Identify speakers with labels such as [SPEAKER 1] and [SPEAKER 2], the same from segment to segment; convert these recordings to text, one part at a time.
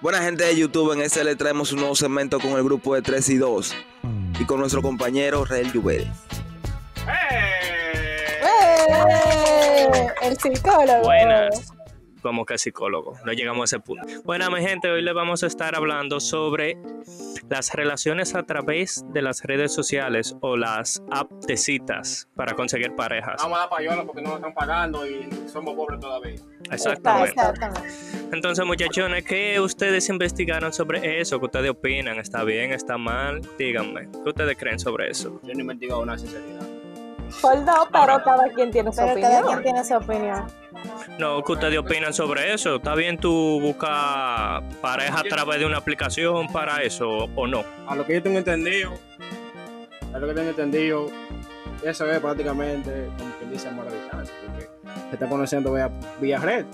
[SPEAKER 1] Buena gente de YouTube, en este le traemos un nuevo segmento con el grupo de 3 y 2 y con nuestro compañero Rael Lluvel.
[SPEAKER 2] ¡Eh! El psicólogo.
[SPEAKER 3] Buenas. Como que psicólogo, no llegamos a ese punto. Bueno, mi gente, hoy les vamos a estar hablando sobre las relaciones a través de las redes sociales o las app de citas para conseguir parejas.
[SPEAKER 4] Vamos a la payola porque no nos están pagando y somos pobres todavía.
[SPEAKER 2] Está,
[SPEAKER 3] Exactamente.
[SPEAKER 2] exactamente.
[SPEAKER 3] Entonces, muchachones, ¿qué ustedes investigaron sobre eso? ¿Qué ustedes opinan? ¿Está bien? ¿Está mal? Díganme, ¿qué ustedes creen sobre eso?
[SPEAKER 4] Yo no he investigado una sinceridad.
[SPEAKER 5] Sol no, pero cada quien tiene su
[SPEAKER 2] Pero cada
[SPEAKER 5] opinión.
[SPEAKER 2] quien tiene su opinión.
[SPEAKER 3] No, ¿qué ustedes opinan sobre eso? ¿Está bien tú buscar pareja a través de una aplicación para eso o no?
[SPEAKER 4] A lo que yo tengo entendido, a lo que tengo entendido, eso es prácticamente como que dice amor a distancia, porque se está conociendo vía, vía red.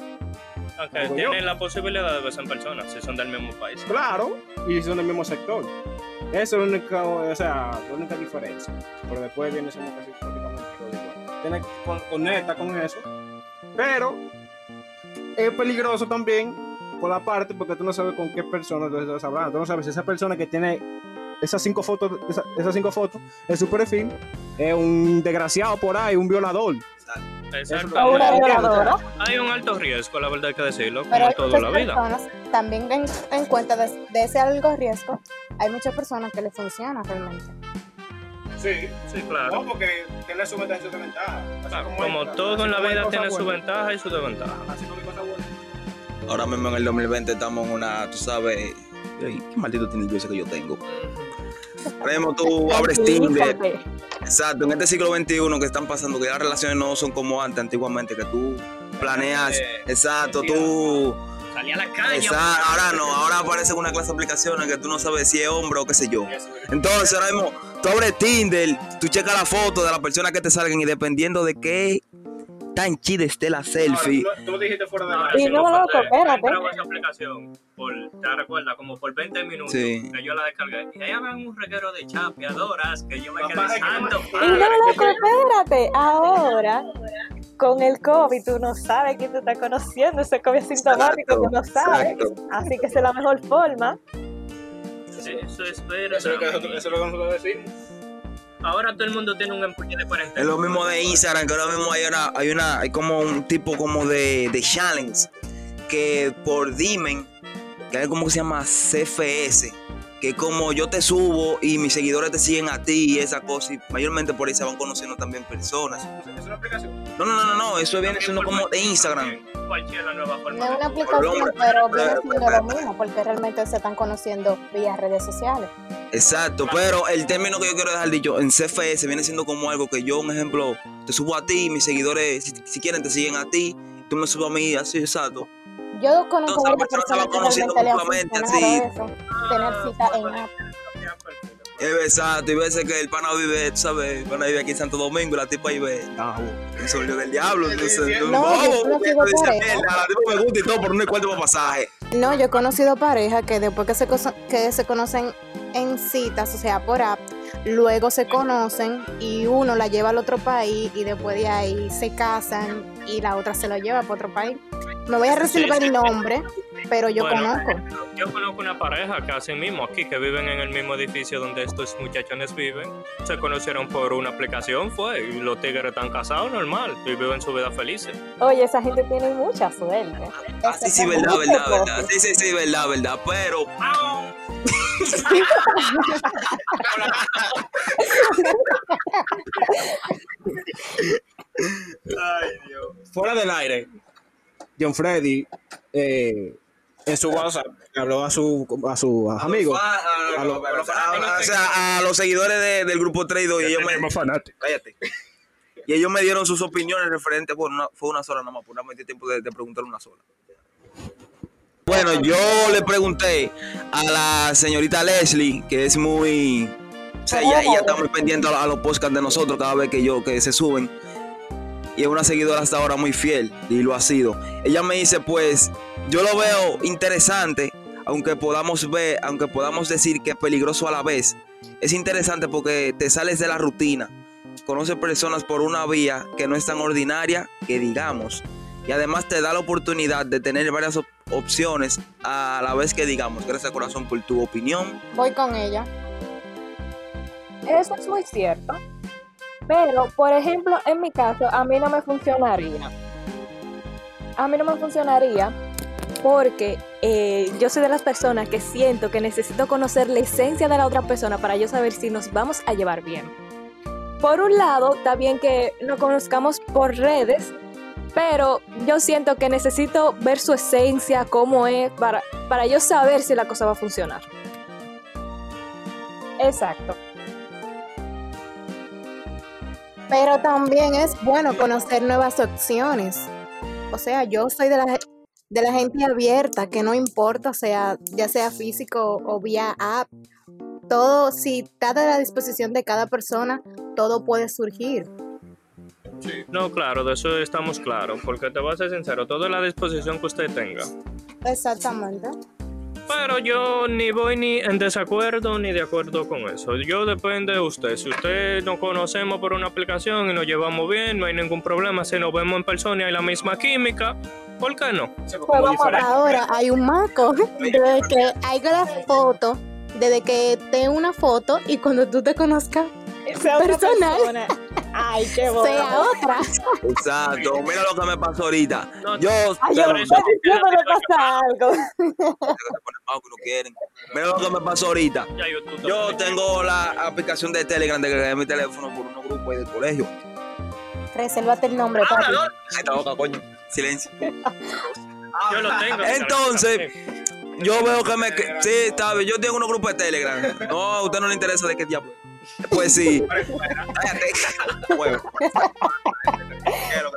[SPEAKER 3] Aunque
[SPEAKER 4] Digo yo.
[SPEAKER 3] tienen la posibilidad de verse en persona si son del mismo país.
[SPEAKER 4] Claro, y son del mismo sector. Eso es lo único, o sea, la única diferencia. Pero después viene somos casi prácticamente todo igual. Tienes que con- conecta con eso, pero es peligroso también por la parte porque tú no sabes con qué persona tú estás hablando. Tú no sabes si esa persona que tiene esas cinco fotos, esa- esas cinco fotos en su perfil es un desgraciado por ahí, un violador.
[SPEAKER 2] O una
[SPEAKER 3] Exactamente.
[SPEAKER 4] Ahora-
[SPEAKER 2] violadora.
[SPEAKER 3] Hay un alto riesgo, la verdad hay que decirlo,
[SPEAKER 2] Pero
[SPEAKER 3] como
[SPEAKER 2] hay
[SPEAKER 3] toda
[SPEAKER 2] muchas
[SPEAKER 3] la vida.
[SPEAKER 2] personas, también en, en cuenta de, de ese algo riesgo, hay muchas personas que le funciona realmente.
[SPEAKER 4] Sí,
[SPEAKER 3] Sí, claro.
[SPEAKER 4] porque tiene su ventaja y su desventaja.
[SPEAKER 3] Claro, Como todo en la vida tiene su ventaja y su desventaja.
[SPEAKER 4] Así como hay cosas buenas.
[SPEAKER 1] Ahora mismo en el 2020 estamos en una, tú sabes, ey, qué maldito tiene el que yo tengo. Ahora mismo tú abres Tinder,
[SPEAKER 5] Tranquilízate.
[SPEAKER 1] Exacto, en este siglo XXI que están pasando, que las relaciones no son como antes, antiguamente, que tú planeas.
[SPEAKER 3] Eh,
[SPEAKER 1] Exacto,
[SPEAKER 3] decía,
[SPEAKER 1] tú.
[SPEAKER 3] Salí a la
[SPEAKER 1] exacto, ahora no, ahora aparecen una clase de aplicaciones que tú no sabes si es hombre o qué sé yo. Entonces, ahora mismo, tú abres Tinder, tú checas la foto de las personas que te salgan y dependiendo de qué tan chida esté la selfie.
[SPEAKER 4] Ahora, tú lo- tú lo dijiste fuera de
[SPEAKER 3] No,
[SPEAKER 4] la
[SPEAKER 5] Y
[SPEAKER 3] sí,
[SPEAKER 5] no,
[SPEAKER 3] lo
[SPEAKER 5] loco,
[SPEAKER 3] pasé.
[SPEAKER 5] espérate.
[SPEAKER 3] Entraba a esa aplicación, por, te recuerdas, como por 20 minutos,
[SPEAKER 1] Sí.
[SPEAKER 3] que yo la descargué. Y ahí habían un reguero de chapeadoras que yo me quedé
[SPEAKER 4] Papá, que no
[SPEAKER 3] santo.
[SPEAKER 1] Ah,
[SPEAKER 5] Y no, loco, espérate. Ahora, con el COVID, tú no sabes quién te está conociendo. Ese COVID asintomático, tú no sabes.
[SPEAKER 1] exacto.
[SPEAKER 5] Así que esa es la mejor forma.
[SPEAKER 3] padre. Eso espera.
[SPEAKER 4] Eso es lo que nosotros- eso es lo que nosotros decimos.
[SPEAKER 3] Ahora todo el mundo tiene un empuje de cuarentena.
[SPEAKER 1] Es lo mismo de Instagram, que ahora mismo hay una, hay una, hay como un tipo como de, de challenge que por Dimen, que hay como que se llama CFS, que como yo te subo y mis seguidores te siguen a ti y esa cosa, y mayormente por ahí se van conociendo también personas.
[SPEAKER 4] Eso es una aplicación.
[SPEAKER 1] No, no, no, no, no, eso viene siendo como de Instagram.
[SPEAKER 3] Cualquier nueva
[SPEAKER 2] No
[SPEAKER 3] forma.
[SPEAKER 2] es
[SPEAKER 3] de
[SPEAKER 2] una
[SPEAKER 3] comunicación.
[SPEAKER 2] aplicación, pero viene
[SPEAKER 1] Pero-
[SPEAKER 2] siendo lo mismo, porque realmente se están conociendo vía redes sociales.
[SPEAKER 1] Exacto,
[SPEAKER 2] Ah.
[SPEAKER 1] pero el término que yo quiero dejar dicho en CFS viene siendo como algo que yo, un ejemplo, te subo a ti, mis seguidores, si, si quieren, te siguen a ti, tú me subes a mí, así, exacto.
[SPEAKER 2] Yo
[SPEAKER 1] Entonces,
[SPEAKER 2] conozco
[SPEAKER 1] la
[SPEAKER 2] varias
[SPEAKER 1] persona
[SPEAKER 2] personas
[SPEAKER 1] va
[SPEAKER 2] que
[SPEAKER 1] conociendo
[SPEAKER 2] realmente le
[SPEAKER 1] mutuamente,
[SPEAKER 2] han funcionado eso, tener cita en app.
[SPEAKER 1] Es exacto, y veces que el pana vive, tú sabes, el pana vive aquí en Santo Domingo y la tipa vive en Dabo, en Solio del Diablo, entonces,
[SPEAKER 4] No,
[SPEAKER 2] yo no sigo
[SPEAKER 1] dice,
[SPEAKER 2] por eso.
[SPEAKER 1] "Mierda, la tipa me gusta y todo, pero no encuentro para pasaje.
[SPEAKER 2] No, yo he conocido parejas que después que se, coso- que se conocen en citas, o sea, por app, luego se conocen y uno la lleva al otro país y después de ahí se casan y la otra se lo lleva para otro país. Me voy a reservar el nombre, pero yo
[SPEAKER 3] Bueno,
[SPEAKER 2] conozco.
[SPEAKER 3] Yo conozco una pareja que así mismo aquí, que viven en el mismo edificio donde estos muchachones viven. Se conocieron por una aplicación, fue, y los tigres están casados, normal, y viven su vida felices.
[SPEAKER 5] Oye, esa gente tiene mucha suerte.
[SPEAKER 1] Ah, sí, sí, verdad, verdad, verdad. Sí, sí, sí, verdad, verdad. Pero,
[SPEAKER 4] Fuera del aire, John Freddy, eh, en su WhatsApp, habló a su a sus amigos.
[SPEAKER 1] a, a-
[SPEAKER 4] A los- a los
[SPEAKER 1] a- o sea, a los seguidores de- del grupo Traidor, y ellos me,
[SPEAKER 4] fanático.
[SPEAKER 1] cállate. Y ellos me dieron sus opiniones referentes, bueno, una- fue una sola nomás, por no pues, me dio tiempo de, de preguntar una sola. Bueno, yo le pregunté a la señorita Leslie, que es muy, o sea, ella, ella está muy pendiente a, lo- a los podcasts de nosotros cada vez que yo, que se suben. Y es una seguidora hasta ahora muy fiel, y lo ha sido. Ella me dice, pues, yo lo veo interesante, aunque podamos ver, aunque podamos decir que es peligroso a la vez. Es interesante porque te sales de la rutina conoce personas por una vía que no es tan ordinaria que digamos. y además te da la oportunidad de tener varias op- opciones a la vez que digamos, gracias corazón por tu opinión.
[SPEAKER 2] Voy con ella.
[SPEAKER 5] Eso es muy cierto. Pero, por ejemplo, en mi caso, a mí no me funcionaría. A mí no me funcionaría porque eh, yo soy de las personas que siento que necesito conocer la esencia de la otra persona para yo saber si nos vamos a llevar bien. Por un lado, está bien que nos conozcamos por redes, pero yo siento que necesito ver su esencia, cómo es, para, para yo saber si la cosa va a funcionar. Exacto.
[SPEAKER 2] Pero también es bueno conocer nuevas opciones. O sea, yo soy de la, ge- de la gente abierta, que no importa, o sea, ya sea físico o vía app. Todo, si está de la disposición de cada persona, todo puede surgir.
[SPEAKER 3] No, claro, de eso estamos claros, porque te voy a ser sincero, toda la disposición que usted tenga.
[SPEAKER 2] Exactamente.
[SPEAKER 3] Pero yo ni voy ni en desacuerdo ni de acuerdo con eso. Yo depende de usted. Si usted nos conocemos por una aplicación y nos llevamos bien, no hay ningún problema. Si nos vemos en persona y hay la misma química, ¿por qué no?
[SPEAKER 5] Pues vamos a-
[SPEAKER 2] Ahora hay un marco desde que hay la foto, desde que te una foto y cuando tú te conozcas,
[SPEAKER 5] sea otra
[SPEAKER 2] Personal.
[SPEAKER 5] persona. Ay, qué bobo.
[SPEAKER 2] sea otra.
[SPEAKER 1] Exacto, mira lo que me pasó ahorita.
[SPEAKER 3] No,
[SPEAKER 1] Yo,
[SPEAKER 5] Ay,
[SPEAKER 1] pero
[SPEAKER 5] yo
[SPEAKER 1] eso es
[SPEAKER 5] siempre me pasa algo.
[SPEAKER 1] lo que se pone bajo, que no quieren. Mira lo que me pasó ahorita.
[SPEAKER 3] Ya yo- tú
[SPEAKER 1] Yo
[SPEAKER 3] también.
[SPEAKER 1] tengo la aplicación de Telegram de que creé mi teléfono por unos grupos ahí del colegio.
[SPEAKER 2] Resérvate el nombre, papi.
[SPEAKER 1] Ay, esta boca, coño. Silencio.
[SPEAKER 3] Yo lo tengo.
[SPEAKER 1] Entonces, Yo veo que me. que- Sí, está bien. Yo tengo unos grupos de Telegram. No, a usted no le interesa de qué diablo. Pues sí. Cállate. Bueno,
[SPEAKER 5] Déjalo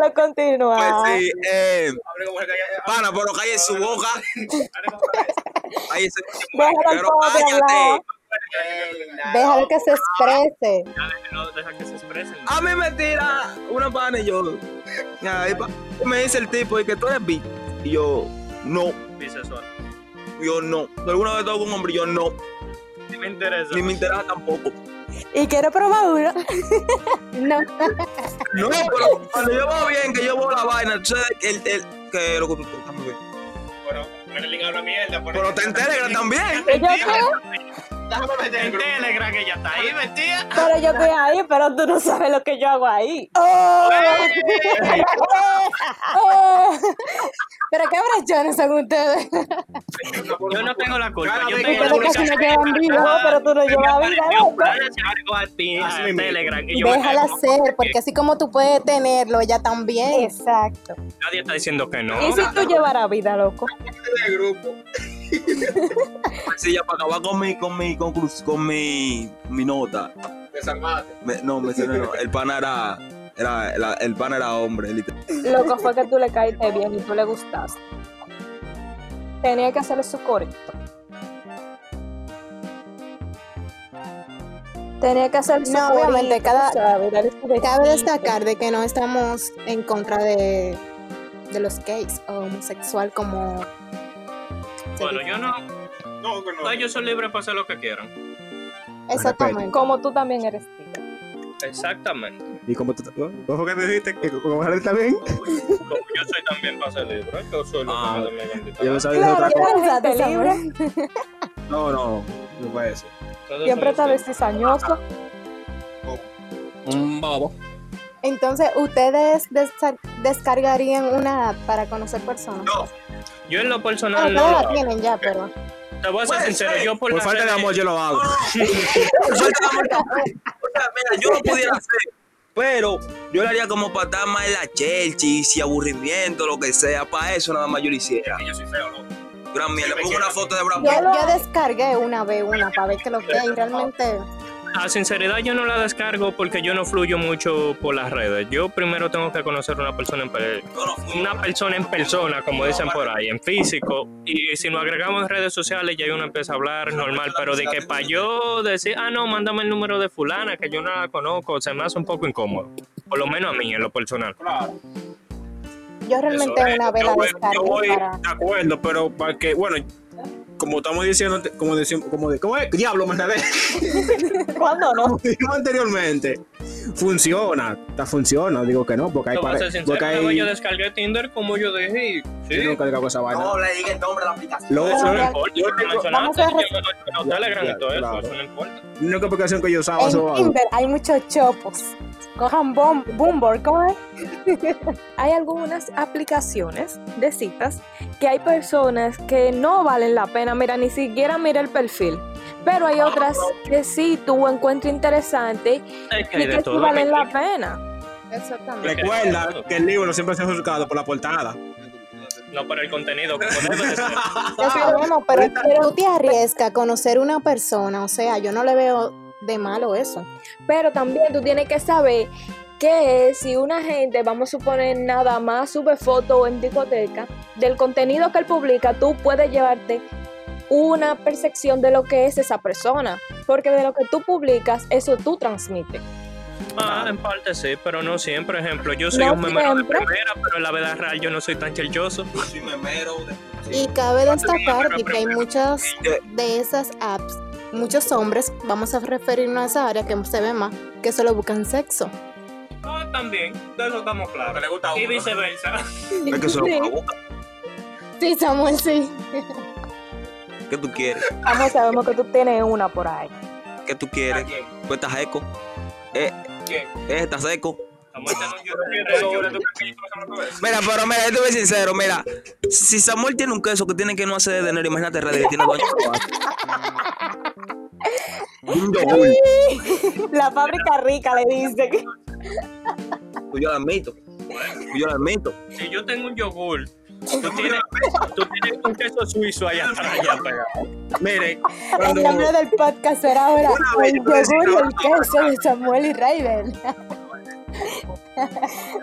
[SPEAKER 1] pues
[SPEAKER 5] continuar.
[SPEAKER 1] sí. eh, pana, pero calle su boca. Ahí se.
[SPEAKER 5] Déjalo
[SPEAKER 1] Pero
[SPEAKER 5] todo de hablar.
[SPEAKER 1] cállate.
[SPEAKER 2] Déjalo que se exprese.
[SPEAKER 3] No, deja que se expresen.
[SPEAKER 1] A mí me tira una pana y yo. ahí pa- y me dice el tipo y que tú eres bi. Y yo, no.
[SPEAKER 3] bisexual.
[SPEAKER 1] Yo no. ¿Alguna vez tengo con un hombre? Yo no.
[SPEAKER 3] Ni me interesa.
[SPEAKER 1] Ni me interesa tampoco.
[SPEAKER 5] Y quiero probar uno.
[SPEAKER 2] No,
[SPEAKER 1] No, pero cuando yo veo bien, que yo veo la vaina, tú sabes que el, el, que lo que tú está muy bien. Pero está en Telegram también.
[SPEAKER 5] Yo creo-
[SPEAKER 3] En Telegram que ya está ahí metida.
[SPEAKER 5] pero yo estoy ahí, pero tú no sabes lo que yo hago ahí.
[SPEAKER 2] Oh, Pero qué brechones son ustedes.
[SPEAKER 3] Yo no tengo la culpa.
[SPEAKER 4] Cada
[SPEAKER 3] Yo
[SPEAKER 4] vez
[SPEAKER 3] tengo
[SPEAKER 4] que-
[SPEAKER 3] la
[SPEAKER 2] Ustedes casi no
[SPEAKER 3] única- Ah,
[SPEAKER 2] llevan vida.
[SPEAKER 5] No, pero tú no
[SPEAKER 3] Me
[SPEAKER 5] llevas vida.
[SPEAKER 3] apareció
[SPEAKER 5] ¿no?
[SPEAKER 3] algo a ti, a
[SPEAKER 4] Así mismo.
[SPEAKER 3] Telegram. y yo me
[SPEAKER 2] Déjala
[SPEAKER 3] quedo,
[SPEAKER 2] ser, porque así como tú puedes tenerlo, ella también.
[SPEAKER 5] Exacto.
[SPEAKER 3] Nadie está diciendo que no.
[SPEAKER 5] ¿Y si tú llevaras vida, loco?
[SPEAKER 1] Pues Sí, ya para acabar con mi, con mi, conclus- con mi, mi nota. Me- no, me salió, no. El pana era, era, la- el pana era hombre, literal.
[SPEAKER 5] Loco fue que tú le caíste bien y tú le gustaste. Tenía que hacerle su correcto. Tenía que hacer su
[SPEAKER 2] No,
[SPEAKER 5] corito,
[SPEAKER 2] obviamente,
[SPEAKER 5] tú
[SPEAKER 2] cada-
[SPEAKER 5] sabes, darle su
[SPEAKER 2] Cabe
[SPEAKER 5] besito.
[SPEAKER 2] destacar de que no estamos en contra de, de los gays o homosexual como... se
[SPEAKER 3] Bueno,
[SPEAKER 2] dice.
[SPEAKER 3] yo no.
[SPEAKER 4] No, que no.
[SPEAKER 3] Ellos son libres para hacer lo que quieran.
[SPEAKER 2] Exactamente.
[SPEAKER 5] Como tú también eres tío.
[SPEAKER 3] Exactamente.
[SPEAKER 4] ¿Y cómo tú ¿Cómo que te dijiste? que ¿Cómo que está bien?
[SPEAKER 3] Como yo soy también para ser libre, ¿eh? yo soy lo
[SPEAKER 4] Ah,
[SPEAKER 3] que me identifica.
[SPEAKER 4] Yo no sabía
[SPEAKER 5] Claro,
[SPEAKER 4] otra
[SPEAKER 5] yo-
[SPEAKER 4] cosa.
[SPEAKER 5] Gente
[SPEAKER 2] Exacto,
[SPEAKER 5] libre.
[SPEAKER 2] Samuel.
[SPEAKER 4] No, no, no puede ser.
[SPEAKER 3] Todos
[SPEAKER 5] Siempre
[SPEAKER 3] son
[SPEAKER 5] está
[SPEAKER 3] libres.
[SPEAKER 5] cizañoso.
[SPEAKER 4] Un bobo.
[SPEAKER 2] Entonces, ¿ustedes desa- descargarían una app para conocer personas?
[SPEAKER 1] No,
[SPEAKER 3] Yo en lo
[SPEAKER 2] Ah,
[SPEAKER 3] personal
[SPEAKER 2] ustedes
[SPEAKER 3] no.
[SPEAKER 2] la tienen ya, pero...
[SPEAKER 3] Te voy a ser
[SPEAKER 1] Pues,
[SPEAKER 3] sincero,
[SPEAKER 1] eh,
[SPEAKER 3] yo por,
[SPEAKER 4] Por
[SPEAKER 3] las
[SPEAKER 4] falta de
[SPEAKER 3] redes-
[SPEAKER 4] amor yo lo hago.
[SPEAKER 1] Suelta la mano. O sea, mira, yo lo pudiera hacer, pero yo lo haría como para estar más en la Chelsea, si aburrimiento, lo que sea. Para eso nada más yo lo hiciera.
[SPEAKER 4] Yo soy feo, loco.
[SPEAKER 1] Gran mierda. Le pongo una foto de Brad
[SPEAKER 2] Yo,
[SPEAKER 1] Pitt.
[SPEAKER 2] yo descargué una vez una para ver que lo que hay realmente...
[SPEAKER 3] A sinceridad yo no la descargo porque yo no fluyo mucho por las redes. Yo primero tengo que conocer una persona en pe-
[SPEAKER 1] Yo no fui.
[SPEAKER 3] una persona en persona, como dicen por ahí, en físico. Y si nos agregamos en redes sociales, ya uno empieza a hablar normal. Pero de que para yo decir, ah, no, mándame el número de fulana, que yo no la conozco, se me hace un poco incómodo. Por lo menos a mí, en lo personal.
[SPEAKER 4] Claro.
[SPEAKER 2] Yo realmente
[SPEAKER 4] Eso es.
[SPEAKER 2] una vez
[SPEAKER 4] Yo
[SPEAKER 2] la
[SPEAKER 4] voy-
[SPEAKER 2] descargué
[SPEAKER 4] Yo voy
[SPEAKER 2] para...
[SPEAKER 4] de acuerdo, pero para que, bueno, como estamos diciendo, ante- como decimos, como de, ¿cómo es? Diablo, me enredé.
[SPEAKER 5] ¿Cuándo no?
[SPEAKER 4] Como dijimos anteriormente, funciona, está funciona, digo que no, porque hay
[SPEAKER 3] Te voy a
[SPEAKER 4] pare-
[SPEAKER 3] ser sincero,
[SPEAKER 4] porque
[SPEAKER 3] luego
[SPEAKER 4] hay
[SPEAKER 3] yo descargué Tinder como yo dejé y... Sí,
[SPEAKER 4] yo nunca he cargado esa vaina.
[SPEAKER 1] No le diga el nombre de la aplicación.
[SPEAKER 4] Lo-
[SPEAKER 2] Pero
[SPEAKER 3] eso no
[SPEAKER 2] ya-
[SPEAKER 3] importa,
[SPEAKER 4] yo
[SPEAKER 3] yo no
[SPEAKER 4] tengo-
[SPEAKER 2] vamos
[SPEAKER 3] mencionaste,
[SPEAKER 2] a re-
[SPEAKER 3] yo no mencioné Telegram
[SPEAKER 4] Ya,
[SPEAKER 3] y todo eso,
[SPEAKER 4] claro.
[SPEAKER 3] eso no importa.
[SPEAKER 4] La única aplicación que yo usaba eso
[SPEAKER 2] En Tinder hay muchos chopos. Cojan bom- Bumble, ¿cómo es?
[SPEAKER 5] Hay algunas aplicaciones de citas que hay personas que no valen la pena, mira, ni siquiera mira el perfil. Pero hay otras que sí tú encuentras interesante
[SPEAKER 3] Es que hay
[SPEAKER 5] y
[SPEAKER 3] de
[SPEAKER 5] que sí
[SPEAKER 3] todo.
[SPEAKER 5] valen
[SPEAKER 3] mira.
[SPEAKER 5] la pena.
[SPEAKER 2] Exactamente.
[SPEAKER 4] Recuerda que el libro siempre se ha juzgado por la portada.
[SPEAKER 3] No por el contenido, que por eso es-
[SPEAKER 2] Lo sabemos, pero, pero tú te arriesgas a conocer una persona, o sea, yo no le veo de malo eso.
[SPEAKER 5] Pero también tú tienes que saber que si una gente, vamos a suponer, nada más sube fotos en discoteca, del contenido que él publica, tú puedes llevarte una percepción de lo que es esa persona. Porque de lo que tú publicas, eso tú transmites.
[SPEAKER 3] Ah, en parte sí, pero no siempre. Ejemplo, yo soy
[SPEAKER 5] No
[SPEAKER 3] un memero de
[SPEAKER 5] siempre.
[SPEAKER 3] primera, pero en la verdad real yo no soy tan chelchoso.
[SPEAKER 1] Yo soy memero.
[SPEAKER 2] Y cabe destacar
[SPEAKER 3] pero
[SPEAKER 2] de que hay muchas de esas apps, muchos hombres, vamos a referirnos a esa área que se ve más, que solo buscan sexo.
[SPEAKER 3] Ah, también, de eso estamos claros.
[SPEAKER 1] le gusta
[SPEAKER 3] Y viceversa.
[SPEAKER 1] Es que eso
[SPEAKER 5] Sí.
[SPEAKER 1] es una boca.
[SPEAKER 2] Sí, Samuel, sí.
[SPEAKER 1] ¿Qué tú quieres?
[SPEAKER 5] Vamos, sabemos que tú tienes una por ahí.
[SPEAKER 1] ¿Qué tú quieres? Tú estás seco. Eh,
[SPEAKER 3] ¿Quién?
[SPEAKER 1] eh, estás seco.
[SPEAKER 3] Estamos echando un llorón.
[SPEAKER 1] Mira, pero mira, yo te voy sincero, mira. Si Samuel tiene un queso que tiene que no hacer de enero, imagínate Reddit que tiene dos años. Un yogur,
[SPEAKER 5] La fábrica rica le dice que
[SPEAKER 1] pues yo lo admito. Pues yo lo admito.
[SPEAKER 3] Si yo tengo un yogur, tú tienes, tú tienes un queso suizo allá atrás, ya pegado.
[SPEAKER 4] Mire,
[SPEAKER 2] El
[SPEAKER 4] cuando
[SPEAKER 2] nombre del podcast será ahora
[SPEAKER 1] Una vez
[SPEAKER 2] El
[SPEAKER 1] yo voy a decir
[SPEAKER 2] yogur y el
[SPEAKER 1] una
[SPEAKER 2] queso de Samuel y Raven.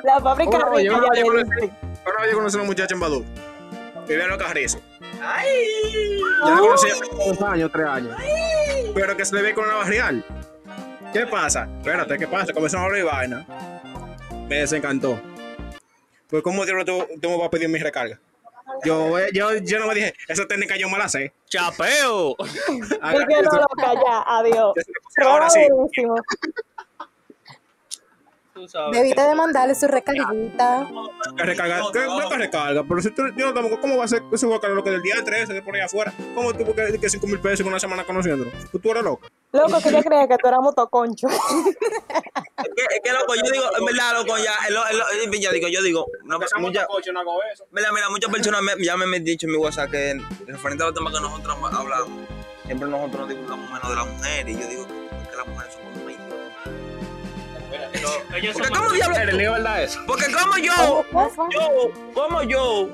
[SPEAKER 5] la fábrica
[SPEAKER 4] Una vez yo
[SPEAKER 5] rica
[SPEAKER 4] una vez
[SPEAKER 5] ya
[SPEAKER 4] yo
[SPEAKER 5] le
[SPEAKER 4] conocí-
[SPEAKER 5] dice.
[SPEAKER 4] una vez yo conocí a una muchacha en Badú. Vivía en los carrizos. Yo la conocí hace como dos años, tres años. Pero que se le ve con una barrial. ¿Qué pasa? Espérate, ¿qué pasa? Comenzamos a abrir vaina. Me desencantó. Pues, ¿cómo diablo tú, tú me vas a pedir mi recarga? Yo, eh, yo, yo no me dije, esa técnica yo me la sé.
[SPEAKER 3] ¡Chapeo!
[SPEAKER 5] Y que no lo calla,
[SPEAKER 4] Yo
[SPEAKER 5] adiós.
[SPEAKER 4] Ah, se lo puse ahora sí.
[SPEAKER 5] Buenísimo.
[SPEAKER 3] Tú sabes.
[SPEAKER 2] Debiste de mandarle su recarguita.
[SPEAKER 4] Que recarga, que, no que recarga, pero si tú yo no tampoco, ¿cómo va a ser ese guacalo lo que del día 13 de por allá afuera? ¿Cómo tú porque que 5 mil pesos en una semana conociéndolo? Tú, tú eres loco.
[SPEAKER 5] Loco, que yo creía que tú eras motoconcho.
[SPEAKER 1] Es que, es que, loco, yo digo, en verdad, loco, ya, en lo- en lo- en fin, ya digo, yo digo, no, mucha-
[SPEAKER 4] coche, no hago eso.
[SPEAKER 1] mira, mira, muchas personas me- ya me han dicho en mi WhatsApp que referente a los temas que nosotros hablamos, siempre nosotros nos disfrutamos menos de las mujeres, y yo digo que las mujeres son como idiotas.
[SPEAKER 3] Ellos
[SPEAKER 1] Porque
[SPEAKER 3] son
[SPEAKER 1] cómo diablos,
[SPEAKER 4] El lío, ¿verdad? Eso.
[SPEAKER 1] porque como yo, yo, como yo,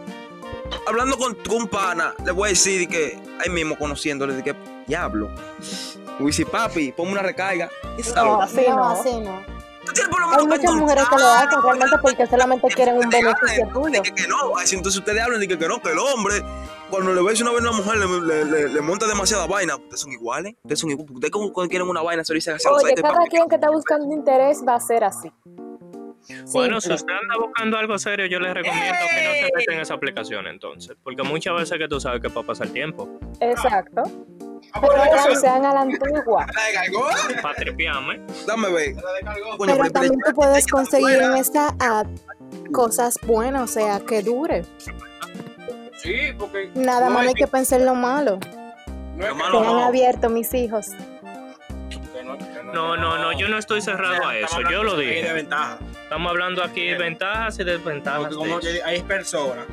[SPEAKER 1] hablando con, con un pana, le voy a decir de que ahí mismo conociéndole, de que diablo. Wisi papi, ponme una recarga. Y se
[SPEAKER 5] No,
[SPEAKER 1] lo-
[SPEAKER 5] así no.
[SPEAKER 2] así no.
[SPEAKER 1] Tú tienes por lo
[SPEAKER 2] Hay
[SPEAKER 1] menos que
[SPEAKER 2] muchas mujeres que lo hacen realmente porque solamente quieren un beneficio tuyo.
[SPEAKER 1] que, que no. Así entonces ustedes hablan de que, que no, que el hombre, cuando le ves una vez a una mujer, le, le, le- le monta demasiada vaina. Ustedes son iguales. Ustedes son iguales. Ustedes como cuando quieren una vaina, se lo dicen hacia los
[SPEAKER 5] Oye,
[SPEAKER 1] siete,
[SPEAKER 5] cada
[SPEAKER 1] papi.
[SPEAKER 5] quien que está buscando interés va a ser así.
[SPEAKER 3] Bueno, si
[SPEAKER 5] Simple.
[SPEAKER 3] usted anda buscando algo serio, yo les recomiendo que no se meten en esa aplicación entonces. Porque muchas veces que tú sabes que va a pasar tiempo.
[SPEAKER 5] Exacto.
[SPEAKER 4] pero
[SPEAKER 5] Pero
[SPEAKER 4] hay que
[SPEAKER 5] no
[SPEAKER 4] hacer-
[SPEAKER 5] sean a la antigua.
[SPEAKER 3] Para tripearme.
[SPEAKER 1] Dame, ve. Coño,
[SPEAKER 2] Pero
[SPEAKER 1] pero-
[SPEAKER 2] también tú
[SPEAKER 1] pero-
[SPEAKER 2] puedes conseguir en esta app cosas buenas, o sea, que dure.
[SPEAKER 4] Sí, porque.
[SPEAKER 2] Nada
[SPEAKER 4] No
[SPEAKER 2] más
[SPEAKER 4] hay
[SPEAKER 2] no hay que pensar lo malo.
[SPEAKER 1] Hermano,
[SPEAKER 2] Tengan
[SPEAKER 1] no.
[SPEAKER 2] abierto, mis hijos.
[SPEAKER 3] No, no, no, yo no estoy cerrado a eso. Yo lo
[SPEAKER 4] Hay
[SPEAKER 3] dije.
[SPEAKER 4] desventajas.
[SPEAKER 3] Estamos hablando aquí de ventajas y
[SPEAKER 4] Porque
[SPEAKER 3] desventajas.
[SPEAKER 4] como
[SPEAKER 3] de-
[SPEAKER 4] que hay personas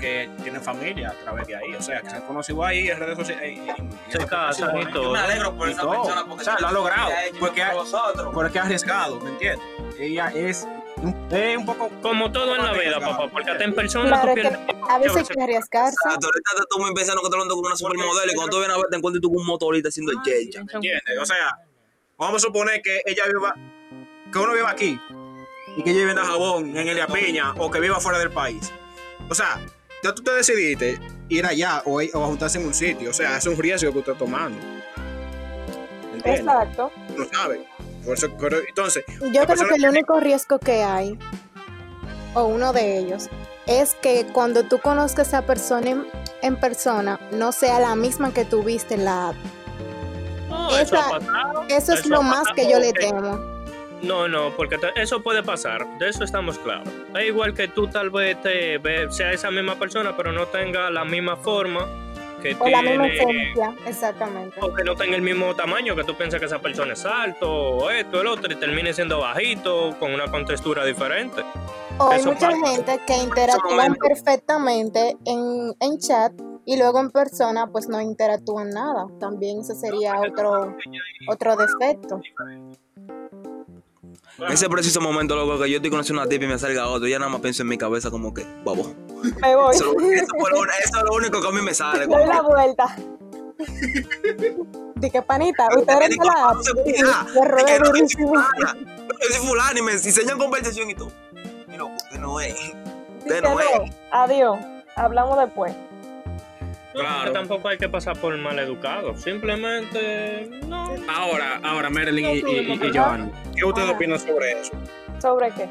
[SPEAKER 4] que tienen familia a través de ahí, o sea, que se han conocido ahí en redes sociales. en- en- en-
[SPEAKER 3] Se casan y todo.
[SPEAKER 1] Yo me alegro por
[SPEAKER 4] Y
[SPEAKER 1] esa
[SPEAKER 4] todo.
[SPEAKER 1] persona porque
[SPEAKER 4] O sea, lo ha logrado. Porque ha-
[SPEAKER 1] nosotros.
[SPEAKER 4] Porque es arriesgado, ¿me entiendes? Ella es un, es un poco.
[SPEAKER 3] Como todo en la vida, papá, porque hasta en persona
[SPEAKER 2] Claro,
[SPEAKER 3] tú
[SPEAKER 2] es que
[SPEAKER 3] pierdes
[SPEAKER 2] a
[SPEAKER 3] muchas
[SPEAKER 2] veces hay
[SPEAKER 3] veces.
[SPEAKER 2] que arriesgarse.
[SPEAKER 1] Exacto, ahorita tú me pensando que estás hablando con una supermodelo y cuando tú vienes a ver te encuentras tú con un motorista haciendo el checha.
[SPEAKER 4] ¿Me entiendes? O sea, vamos a suponer que ella viva. que uno viva aquí y que ella viva en Dajabón, en Elia Piña o que viva fuera del país. O sea, ya tú te decidiste ir allá o, o juntarse en un sitio. O sea, es un riesgo que usted está tomando. ¿Me entiendes?
[SPEAKER 5] Exacto.
[SPEAKER 4] No sabe. Por eso, pero, entonces,
[SPEAKER 2] Yo
[SPEAKER 4] La
[SPEAKER 2] creo
[SPEAKER 4] persona
[SPEAKER 2] que el
[SPEAKER 4] que-
[SPEAKER 2] único riesgo que hay, o uno de ellos, es que cuando tú conozcas a esa persona en, en persona, no sea la misma que tuviste en la app.
[SPEAKER 3] No, eso
[SPEAKER 2] Esa-
[SPEAKER 3] ha pasado.
[SPEAKER 2] Eso es
[SPEAKER 3] Eso
[SPEAKER 2] lo
[SPEAKER 3] ha
[SPEAKER 2] más
[SPEAKER 3] pasado,
[SPEAKER 2] que yo le
[SPEAKER 3] ok.
[SPEAKER 2] temo.
[SPEAKER 3] No, no, porque te- eso puede pasar, de eso estamos claros. Es igual que tú tal vez te ve- sea esa misma persona, pero no tenga la misma forma que
[SPEAKER 2] O la misma
[SPEAKER 3] tiene,
[SPEAKER 2] esencia, exactamente.
[SPEAKER 3] o que no tenga el mismo tamaño, que tú piensas que esa persona es alto, o esto, el otro, y termine siendo bajito, con una contextura diferente.
[SPEAKER 2] O hay
[SPEAKER 3] eso
[SPEAKER 2] mucha
[SPEAKER 3] pasa.
[SPEAKER 2] gente que interactúan
[SPEAKER 1] momento.
[SPEAKER 2] perfectamente en, en chat y luego en persona pues no interactúan nada. También ese sería otro, otro defecto.
[SPEAKER 1] En ese preciso momento, loco, que yo estoy conociendo una tipa y me salga otro, ya nada más pienso en mi cabeza como que, babo.
[SPEAKER 5] Me voy.
[SPEAKER 1] Eso, eso fue lo- eso es lo único que a mí me sale. como
[SPEAKER 5] Doy la
[SPEAKER 1] que-
[SPEAKER 5] vuelta.
[SPEAKER 2] Di que panita,
[SPEAKER 1] Pero
[SPEAKER 2] ustedes
[SPEAKER 1] te
[SPEAKER 2] no la
[SPEAKER 1] digo, no se puede.
[SPEAKER 2] se rueda
[SPEAKER 1] Que no soy
[SPEAKER 2] durísimo.
[SPEAKER 1] fulana. No, Yo soy fulano y me enseñan conversación y tú. Y no, usted no es. Usted no es.
[SPEAKER 5] Díselo. Adiós. Hablamos después.
[SPEAKER 3] No,
[SPEAKER 6] Claro.
[SPEAKER 3] porque Tampoco hay que pasar por mal educado, simplemente no.
[SPEAKER 6] Ahora, ahora, Marilyn y, y, y- y Joan. ¿Qué ustedes
[SPEAKER 5] Ah.
[SPEAKER 6] opinan sobre eso?
[SPEAKER 5] ¿Sobre qué?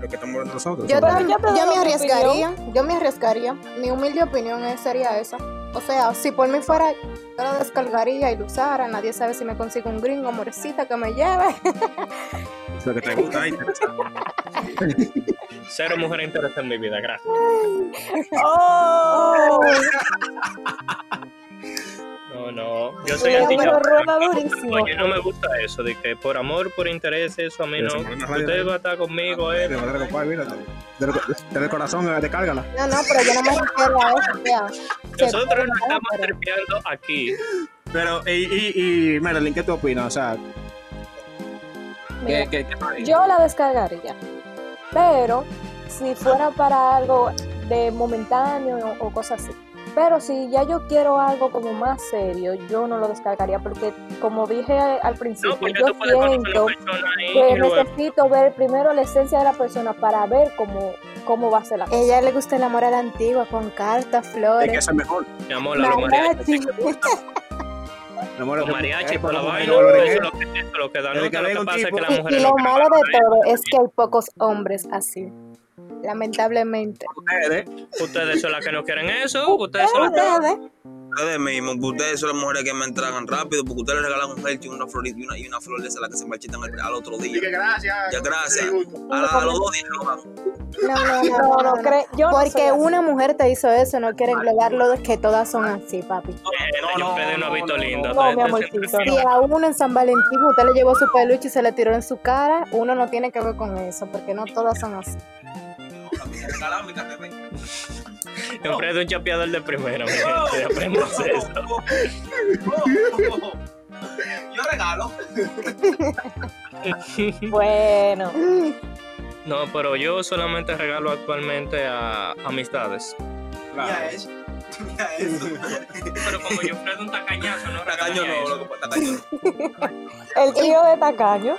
[SPEAKER 6] Lo que estamos hablando nosotros.
[SPEAKER 2] Yo,
[SPEAKER 6] sobre-
[SPEAKER 2] tam-
[SPEAKER 5] yo te doy
[SPEAKER 2] yo me
[SPEAKER 5] mi
[SPEAKER 2] arriesgaría, yo me arriesgaría. Mi humilde opinión es- sería esa. O sea, si por mí fuera, yo la descargaría y lo usara. Nadie sabe si me consigo un gringo, morecita, que me lleve.
[SPEAKER 6] Lo que te gusta. y-
[SPEAKER 3] Cero mujeres interesantes en mi vida, gracias.
[SPEAKER 5] ¡Oh!
[SPEAKER 3] No, no, yo soy
[SPEAKER 5] Pero
[SPEAKER 3] anti
[SPEAKER 5] me lo rueda durísimo.
[SPEAKER 3] Oye, no me gusta eso, de que por amor, por interés, eso a mí
[SPEAKER 6] Pero
[SPEAKER 3] no.
[SPEAKER 6] se mueren las rayas,
[SPEAKER 3] Usted
[SPEAKER 6] ¿no?
[SPEAKER 3] va a estar conmigo, eh.
[SPEAKER 6] Te voy a dar compadre, mira, te- te lo- te da el corazón, descárgala.
[SPEAKER 2] No, no, pero yo no me refiero a eso. O sea, que-
[SPEAKER 3] Nosotros nos estamos
[SPEAKER 2] pero-
[SPEAKER 3] trepeando aquí.
[SPEAKER 6] Pero, y, y, y Marilyn, ¿qué tú opinas? O sea,
[SPEAKER 5] Mira,
[SPEAKER 6] ¿qué, qué, qué tal?
[SPEAKER 5] yo la descargaría. Pero si fuera para algo de momentáneo o, o cosas así. Pero si ya yo quiero algo como más serio, yo no lo descargaría porque como dije al principio,
[SPEAKER 3] No, porque
[SPEAKER 5] yo
[SPEAKER 3] tú puedes conocer a
[SPEAKER 5] siento
[SPEAKER 3] una persona ahí
[SPEAKER 5] que
[SPEAKER 3] y luego.
[SPEAKER 5] necesito ver primero la esencia de la persona para ver cómo, cómo va a ser la cosa.
[SPEAKER 2] Ella le gusta el amor a la antigua, con cartas,
[SPEAKER 6] Es que
[SPEAKER 2] flores,
[SPEAKER 6] eso es mejor.
[SPEAKER 3] Mi amor, la mariachi.
[SPEAKER 2] mariachi.
[SPEAKER 6] Amor,
[SPEAKER 3] Los
[SPEAKER 6] es-
[SPEAKER 3] mariachi
[SPEAKER 6] es
[SPEAKER 3] por la
[SPEAKER 6] como
[SPEAKER 3] vaina.
[SPEAKER 6] valores,
[SPEAKER 3] Eso
[SPEAKER 6] ¿eh?
[SPEAKER 3] es lo que, eso es lo que da
[SPEAKER 6] Desde
[SPEAKER 3] nota.
[SPEAKER 6] que
[SPEAKER 3] Lo
[SPEAKER 6] venga
[SPEAKER 3] que
[SPEAKER 6] un
[SPEAKER 3] pasa es
[SPEAKER 6] tipo-
[SPEAKER 3] que las
[SPEAKER 2] Y, y
[SPEAKER 3] mujeres
[SPEAKER 2] lo
[SPEAKER 3] no
[SPEAKER 2] malo
[SPEAKER 3] trabajan,
[SPEAKER 2] de
[SPEAKER 3] ¿eh?
[SPEAKER 2] todo es que hay pocos hombres así, lamentablemente.
[SPEAKER 6] Ustedes,
[SPEAKER 3] ¿eh? Ustedes son las que no quieren eso. Ustedes son las que.
[SPEAKER 2] Ustedes,
[SPEAKER 7] ¿eh?
[SPEAKER 1] Ustedes mismos, porque ustedes son las mujeres que me entregan rápido, porque ustedes les regalan un helchi, una flor y una, y una flor de esa la que se marchitan al, al otro día. Ya, gracias. A, la- a los dos días lo dan.
[SPEAKER 2] no, no, no,
[SPEAKER 5] No, no, cre- yo no soy
[SPEAKER 2] Porque
[SPEAKER 5] así.
[SPEAKER 2] una mujer te hizo eso, no quiere englobarlo de que todas son así, papi.
[SPEAKER 3] Yo ustedes no he visto lindo.
[SPEAKER 5] No, mi
[SPEAKER 3] ustedes
[SPEAKER 5] amorcito,
[SPEAKER 3] siempre-
[SPEAKER 2] Si a uno en San Valentín usted le llevó su peluche y se le tiró en su cara, uno no tiene que ver con eso, porque no todas son así.
[SPEAKER 3] Siempre de un chapeador de primera, mi gente. Aprendamos eso.
[SPEAKER 1] Yo regalo.
[SPEAKER 5] Bueno,
[SPEAKER 3] No, pero yo solamente regalo actualmente a amistades.
[SPEAKER 6] claro.
[SPEAKER 1] eso. Mira eso.
[SPEAKER 3] Pero como yo Fredo un tacañazo, no
[SPEAKER 1] Tacaño no, loco, pues, tacaño no.
[SPEAKER 5] el trío de tacaño.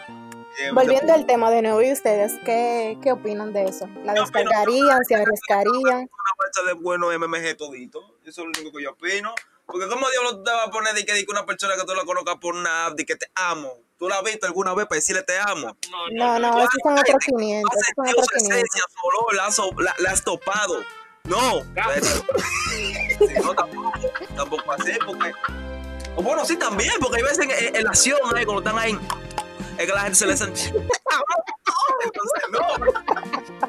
[SPEAKER 1] Eh,
[SPEAKER 2] Volviendo al tema de nuevo, ¿y ustedes qué, qué opinan de eso? ¿La descargarían? ¿Se arriesgarían?
[SPEAKER 1] una bolsa de bueno MMG todito. Eso es lo único que yo opino. Porque como diablos tú te vas a poner de que, de que una persona que tú la conozcas por nada, de que te amo. ¿Tú la has visto alguna vez para decirle te amo?
[SPEAKER 2] No, no, esos son otros 500.
[SPEAKER 1] Has
[SPEAKER 2] Esos son
[SPEAKER 1] sentido
[SPEAKER 2] otros
[SPEAKER 1] su
[SPEAKER 2] 500.
[SPEAKER 1] esencia, su olor, la, has o- la- la has topado. No. Sí, no, tampoco, tampoco así, porque... o bueno, sí, también, porque hay veces en, en- en la acción, ahí, cuando están ahí, es que la gente se le sente... Entonces, no.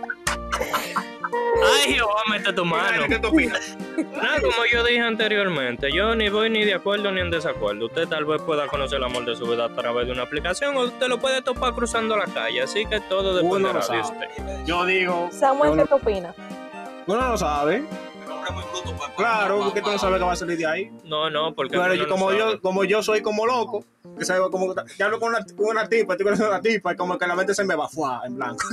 [SPEAKER 3] Ay, Jehová, mete tu mano.
[SPEAKER 6] ¿Qué tú opinas?
[SPEAKER 3] Nada, como yo dije anteriormente, yo ni voy ni de acuerdo ni en desacuerdo. Usted tal vez pueda conocer el amor de su vida a través de una aplicación o usted lo puede topar cruzando la calle. Así que todo
[SPEAKER 6] Uno
[SPEAKER 3] dependerá
[SPEAKER 6] lo
[SPEAKER 3] de
[SPEAKER 6] sabe.
[SPEAKER 3] usted.
[SPEAKER 6] Yo digo,
[SPEAKER 5] Samuel,
[SPEAKER 6] Yo
[SPEAKER 5] ¿qué tú opinas?
[SPEAKER 6] uno no sabe.
[SPEAKER 1] El hombre es muy bruto, pues,
[SPEAKER 6] Claro,
[SPEAKER 1] pues,
[SPEAKER 6] porque tú no
[SPEAKER 1] pues,
[SPEAKER 6] sabes qué va a salir de ahí.
[SPEAKER 3] No, no, porque.
[SPEAKER 6] Pero
[SPEAKER 3] uno
[SPEAKER 6] yo,
[SPEAKER 3] no
[SPEAKER 6] como,
[SPEAKER 3] sabe.
[SPEAKER 6] yo, como yo soy como loco, que salgo como que hablo con una, con una tipa, estoy con una tipa, y como que la mente se me va fuá, en blanco.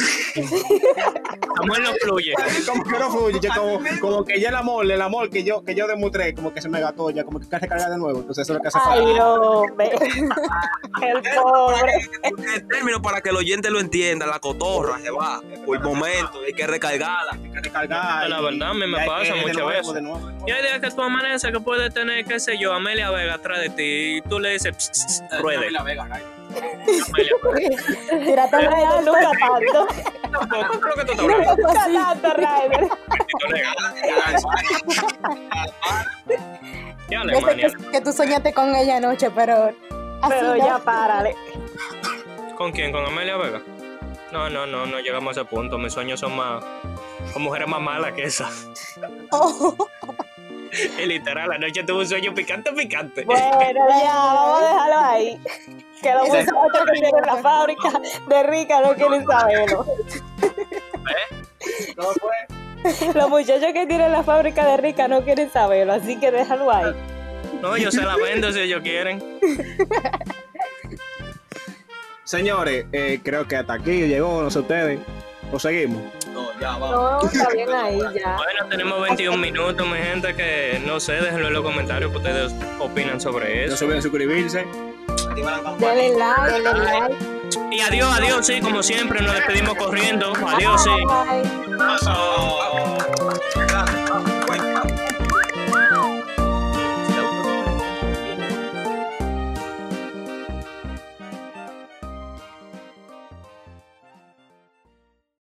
[SPEAKER 3] Samuel no fluye.
[SPEAKER 6] como que no fluye, yo como, como que ya el amor, el amor que yo, que yo demostré, como que se me gastó ya, como que hay que recargar de nuevo. Entonces eso es lo que hace
[SPEAKER 5] Ay,
[SPEAKER 6] falta.
[SPEAKER 5] hombre. El pobre.
[SPEAKER 1] el término para que el oyente lo entienda, la cotorra se va por momento, hay que recargarla.
[SPEAKER 6] Hay que recargar.
[SPEAKER 3] La
[SPEAKER 6] y-
[SPEAKER 3] verdad, a mí me
[SPEAKER 6] y hay
[SPEAKER 3] pasa
[SPEAKER 6] que de
[SPEAKER 3] muchas
[SPEAKER 6] nuevo,
[SPEAKER 3] veces.
[SPEAKER 6] de nuevo, de nuevo.
[SPEAKER 3] Y hay días que tú amaneces que puedes tener, qué sé yo, Amelia Vega atrás de ti y tú le dices, "Pss, pss, pss, ruede. eh, Amelia pues, Vega.
[SPEAKER 2] Tírate un
[SPEAKER 5] Ay,
[SPEAKER 2] regalo.
[SPEAKER 5] nunca tanto.
[SPEAKER 3] Tampoco creo que tú te hablando
[SPEAKER 5] Nunca tanto, Ryder.
[SPEAKER 3] legal. Ya,
[SPEAKER 2] Yo sé
[SPEAKER 3] Alemania.
[SPEAKER 2] que, que tú soñaste con ella anoche, pero así
[SPEAKER 5] Pero
[SPEAKER 2] no.
[SPEAKER 5] ya párale.
[SPEAKER 3] ¿Con quién? ¿Con Amelia Vega? No, no, no, no llegamos a ese punto. Mis sueños son más. con mujeres más malas que esas. Y literal, anoche tuve un sueño picante, picante.
[SPEAKER 7] Bueno, ya, vamos a dejarlo ahí. Que lo busca otro que tiene en la fábrica de rica, no quieren saberlo.
[SPEAKER 3] ¿Eh?
[SPEAKER 8] No, pues,
[SPEAKER 7] Los muchachos que tienen la fábrica de rica no quieren saberlo, así que déjalo ahí.
[SPEAKER 3] No, yo se la vendo si ellos quieren.
[SPEAKER 6] Señores, eh, creo que hasta aquí llegó, no sé ustedes. O seguimos.
[SPEAKER 1] No, ya, vamos.
[SPEAKER 7] No, está bien ahí ya.
[SPEAKER 3] Bueno, tenemos 21 minutos, mi gente, que no sé, déjenlo en los comentarios que ustedes opinan sobre
[SPEAKER 6] No
[SPEAKER 3] eso.
[SPEAKER 6] se olviden suscribirse.
[SPEAKER 1] Activa la campana.
[SPEAKER 7] Denle like, denle like.
[SPEAKER 3] Y adiós, adiós, sí, como siempre, nos despedimos corriendo. Adiós, sí.
[SPEAKER 7] Bye.